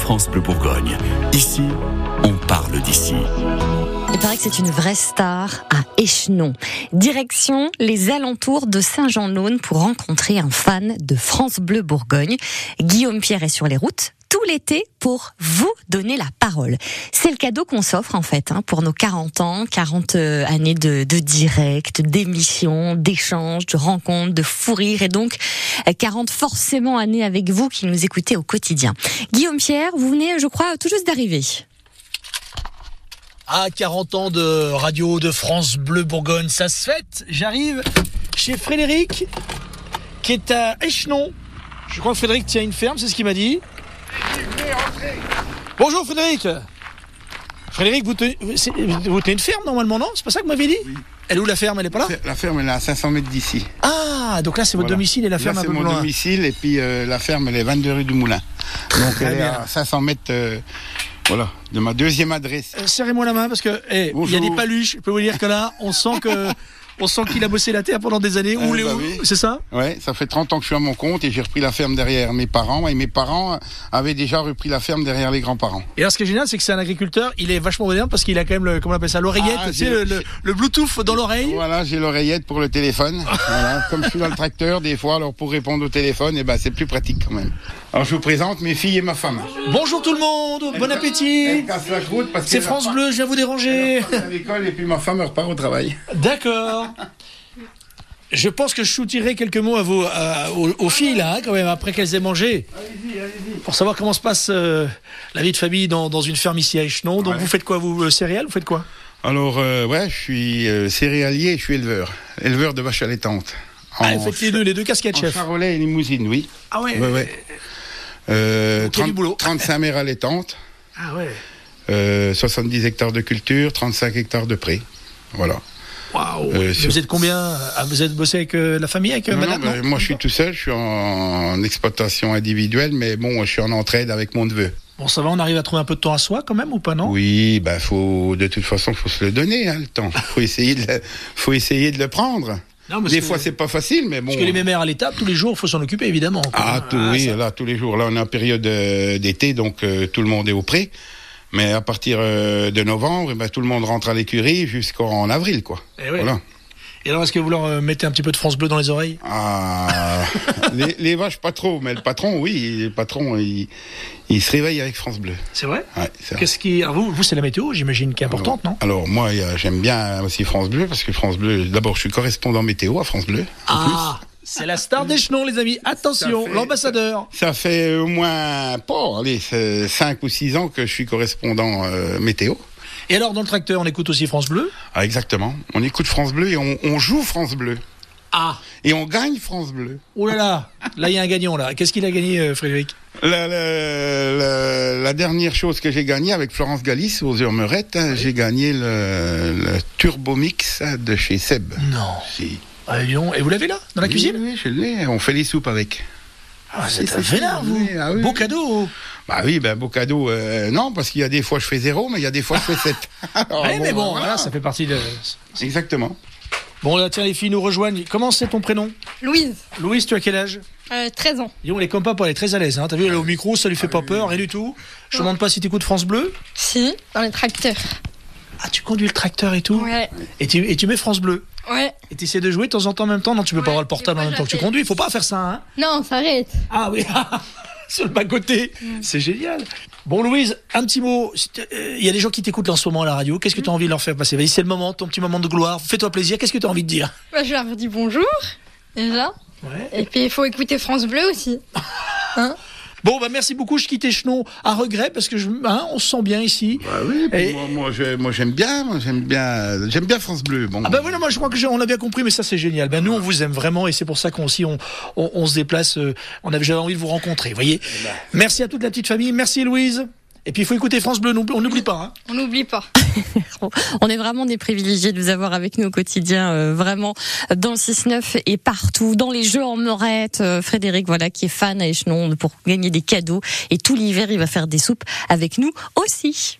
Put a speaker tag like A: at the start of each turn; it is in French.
A: France Bleu Bourgogne. Ici, on parle d'ici.
B: Il paraît que c'est une vraie star à Échenon. Direction les alentours de Saint-Jean-Laune pour rencontrer un fan de France Bleu Bourgogne. Guillaume Pierre est sur les routes tout l'été pour vous donner la parole. C'est le cadeau qu'on s'offre en fait hein, pour nos 40 ans, 40 euh, années de, de direct, d'émissions, d'échanges, de rencontres, de fou rire et donc euh, 40 forcément années avec vous qui nous écoutez au quotidien. Guillaume Pierre, vous venez je crois tout juste d'arriver.
C: À 40 ans de radio de France Bleu Bourgogne, ça se fête. J'arrive chez Frédéric, qui est à Échenon. Je crois que Frédéric tient une ferme, c'est ce qu'il m'a dit. Bonjour Frédéric. Frédéric, vous tenez, c'est- vous tenez une ferme normalement, non C'est pas ça que vous m'avez dit Elle est où la ferme Elle est pas là
D: La ferme elle est à 500 mètres d'ici.
C: Ah, donc là c'est votre
D: Voilà.
C: domicile et la
D: Là,
C: ferme un
D: c'est
C: peu
D: mon
C: plus loin.
D: domicile et puis euh, la ferme elle est 22 rue du Moulin. Donc elle est
C: bien.
D: à 500 mètres euh, voilà, de ma deuxième adresse.
C: Euh, Serrez-moi la main parce que eh, il y a
D: Bonjour.
C: des paluches. Je peux vous dire que là, on sent que on sent qu'il a bossé la terre pendant des années.
D: Eh
C: Ou les-
D: bah oui.
C: c'est ça
D: Ouais, ça fait 30 ans que je suis à mon compte et j'ai repris la ferme derrière mes parents et mes parents avaient déjà repris la ferme derrière les grands-parents.
C: Et là, ce qui est génial, c'est que c'est un agriculteur. Il est vachement moderne parce qu'il a quand même le, comment on appelle ça, l'oreillette,
D: Ah,
C: tu sais,
D: j'ai-
C: le, le- le Bluetooth dans l'oreille.
D: Voilà, j'ai l'oreillette pour le téléphone. Voilà, comme je suis dans le tracteur des fois alors pour répondre au téléphone et ben c'est plus pratique quand même. Alors je vous présente mes filles et ma femme.
C: Bonjour tout le monde, bon appétit.
D: Elles cassent la croûte parce
C: C'est
D: qu'elles
C: France
D: repartent-
C: Bleu, je viens vous déranger.
D: elles repartent à l'école et puis ma femme elle repart au travail.
C: D'accord. Je pense que je soutirerai quelques mots à vos, à- aux, aux filles là, hein, quand même, après qu'elles aient mangé,
D: Allez-y, allez-y.
C: pour savoir comment se passe euh, la vie de famille dans, dans une ferme ici à Échenon. Donc
D: Ouais.
C: vous faites quoi, vous euh, céréales, vous faites quoi
D: Alors, euh, ouais, je suis euh, céréalier et je suis éleveur. Éleveur de vaches allaitantes. En,
C: ah, Vous faites les deux, les deux casquettes,
D: en
C: chef.
D: charolais et limousine, oui.
C: Ah ouais.
D: Ouais, ouais. Euh,
C: quel
D: 30
C: du boulot.
D: 35 mères allaitantes,
C: Ah ouais.
D: euh, 70 hectares de culture, 35 hectares de prés. Voilà.
C: Waouh.
D: Euh,
C: Mais
D: sur-
C: Vous êtes combien Ah, Vous êtes bossé avec euh, la famille, avec euh,
D: Non,
C: madame
D: non,
C: non
D: bah, moi, je suis tout seul, je suis en, en exploitation individuelle, mais bon, je suis en entraide avec mon neveu.
C: Bon, ça va, on arrive à trouver un peu de temps à soi quand même ou pas, non
D: Oui, bah, faut, de toute façon, faut se le donner, hein, le temps. Faut essayer de le, faut essayer de le prendre.
C: Non, parce
D: Des
C: que-
D: fois, c'est pas facile, mais bon.
C: Parce que les mémères à l'étape, tous les jours, il faut s'en occuper, évidemment.
D: Ah, tout- oui, là, tous les jours. Là, on est en période euh, d'été, donc euh, tout le monde est au pré. Mais à partir euh, de novembre, eh ben, tout le monde rentre à l'écurie jusqu'en avril, quoi.
C: Eh oui.
D: Voilà.
C: Et alors, est-ce que vous leur euh, mettez un petit peu de France Bleu dans les oreilles
D: Ah, les, les vaches, pas trop, mais le patron, oui, le patron, il, il se réveille avec France Bleu.
C: C'est vrai
D: Ouais, c'est vrai.
C: Qu'est-ce qui. Alors, vous, vous c'est la météo, j'imagine, qui est importante, non
D: Alors, moi, euh, j'aime bien aussi France Bleu, parce que France Bleu, d'abord, je suis correspondant météo à France Bleu.
C: Ah C'est la star d'Échenon, les amis. Attention,
D: Ça fait-
C: l'ambassadeur.
D: Ça fait au moins, pas, allez, 5 ou 6 ans que je suis correspondant euh, météo.
C: Et alors, dans le tracteur, on écoute aussi France Bleu
D: Ah, exactement. On écoute France Bleu et on, on joue France Bleu.
C: Ah
D: Et on gagne France Bleu.
C: Oh là là Là, il y a un gagnant, là. Qu'est-ce qu'il a gagné, euh, Frédéric
D: La, la- la- la dernière chose que j'ai gagnée avec Florence Galis aux Urmerettes, hein, j'ai gagné le, le Turbomix de chez Seb.
C: Non.
D: Si.
C: Ah, dis donc. Et vous l'avez là, dans la
D: Oui,
C: cuisine
D: Oui, je l'ai. On fait les soupes avec.
C: Ah, c'est
D: si,
C: un
D: si,
C: vénard,
D: oui,
C: vous
D: ah oui.
C: Beau cadeau
D: Bah oui, ben beau cadeau. euh, non, parce qu'il y a des fois je fais zéro, mais il y a des fois je fais sept. Alors,
C: Ouais, Mais
D: ben,
C: bon,
D: voilà.
C: voilà, ça fait partie de.
D: Exactement.
C: Bon, là, tiens, les filles nous rejoignent. Comment c'est ton prénom
E: Louise,
C: Louise, tu as quel âge
E: euh, 13 ans.
C: Dis donc, les compas, elle est très à l'aise. Hein. T'as vu, elle est au micro, ça lui fait pas peur, rien du tout. Je te demande pas si t'écoutes France Bleu.
E: Si, dans les tracteurs.
C: Ah, tu conduis le tracteur et tout.
E: Ouais.
C: Et, tu, et tu mets France Bleu.
E: Ouais.
C: Et tu essaies de jouer de temps en temps en même temps. Non, tu peux
E: Ouais,
C: pas avoir le portable en
E: des fois,
C: même temps que tu
E: j'appelle.
C: conduis. Faut pas faire ça. Hein.
E: Non, ça arrête.
C: Ah oui, sur le bas-côté. C'est génial. Bon, Louise, un petit mot. Si t'as- euh, Il y a des gens qui t'écoutent là en ce moment à la radio. Qu'est-ce que tu as envie de leur faire passer Vas-y, c'est le moment, ton petit moment de gloire. Fais-toi plaisir. Qu'est-ce que tu as envie de dire
E: Bah, je leur dis bonjour, déjà.
C: Ouais.
E: Et puis, il faut écouter France Bleu aussi.
C: Bon, bah merci beaucoup. Je quitte Échenon à regret parce que je, hein, on se sent bien ici.
D: Bah oui. puis
C: Et-
D: Moi, moi, je- moi, j'aime bien, moi, j'aime bien, j'aime bien France Bleu. Bon.
C: Ah ben voilà, moi je crois que j'ai- on a bien compris, mais ça c'est génial. Ben nous on vous aime vraiment et c'est pour ça qu'on aussi on, on, on se déplace. euh, on avait j'avais envie de vous rencontrer, vous voyez. Merci à toute la petite famille, merci Louise. Et puis il faut écouter France Bleu, n'oublie- on n'oublie pas. hein.
E: On n'oublie pas.
B: On est vraiment des privilégiés de vous avoir avec nous au quotidien, euh, vraiment dans le 6-9 et partout, dans les jeux en morette. Euh, Frédéric, voilà, qui est fan à Échenon pour gagner des cadeaux. Et tout l'hiver, il va faire des soupes avec nous aussi.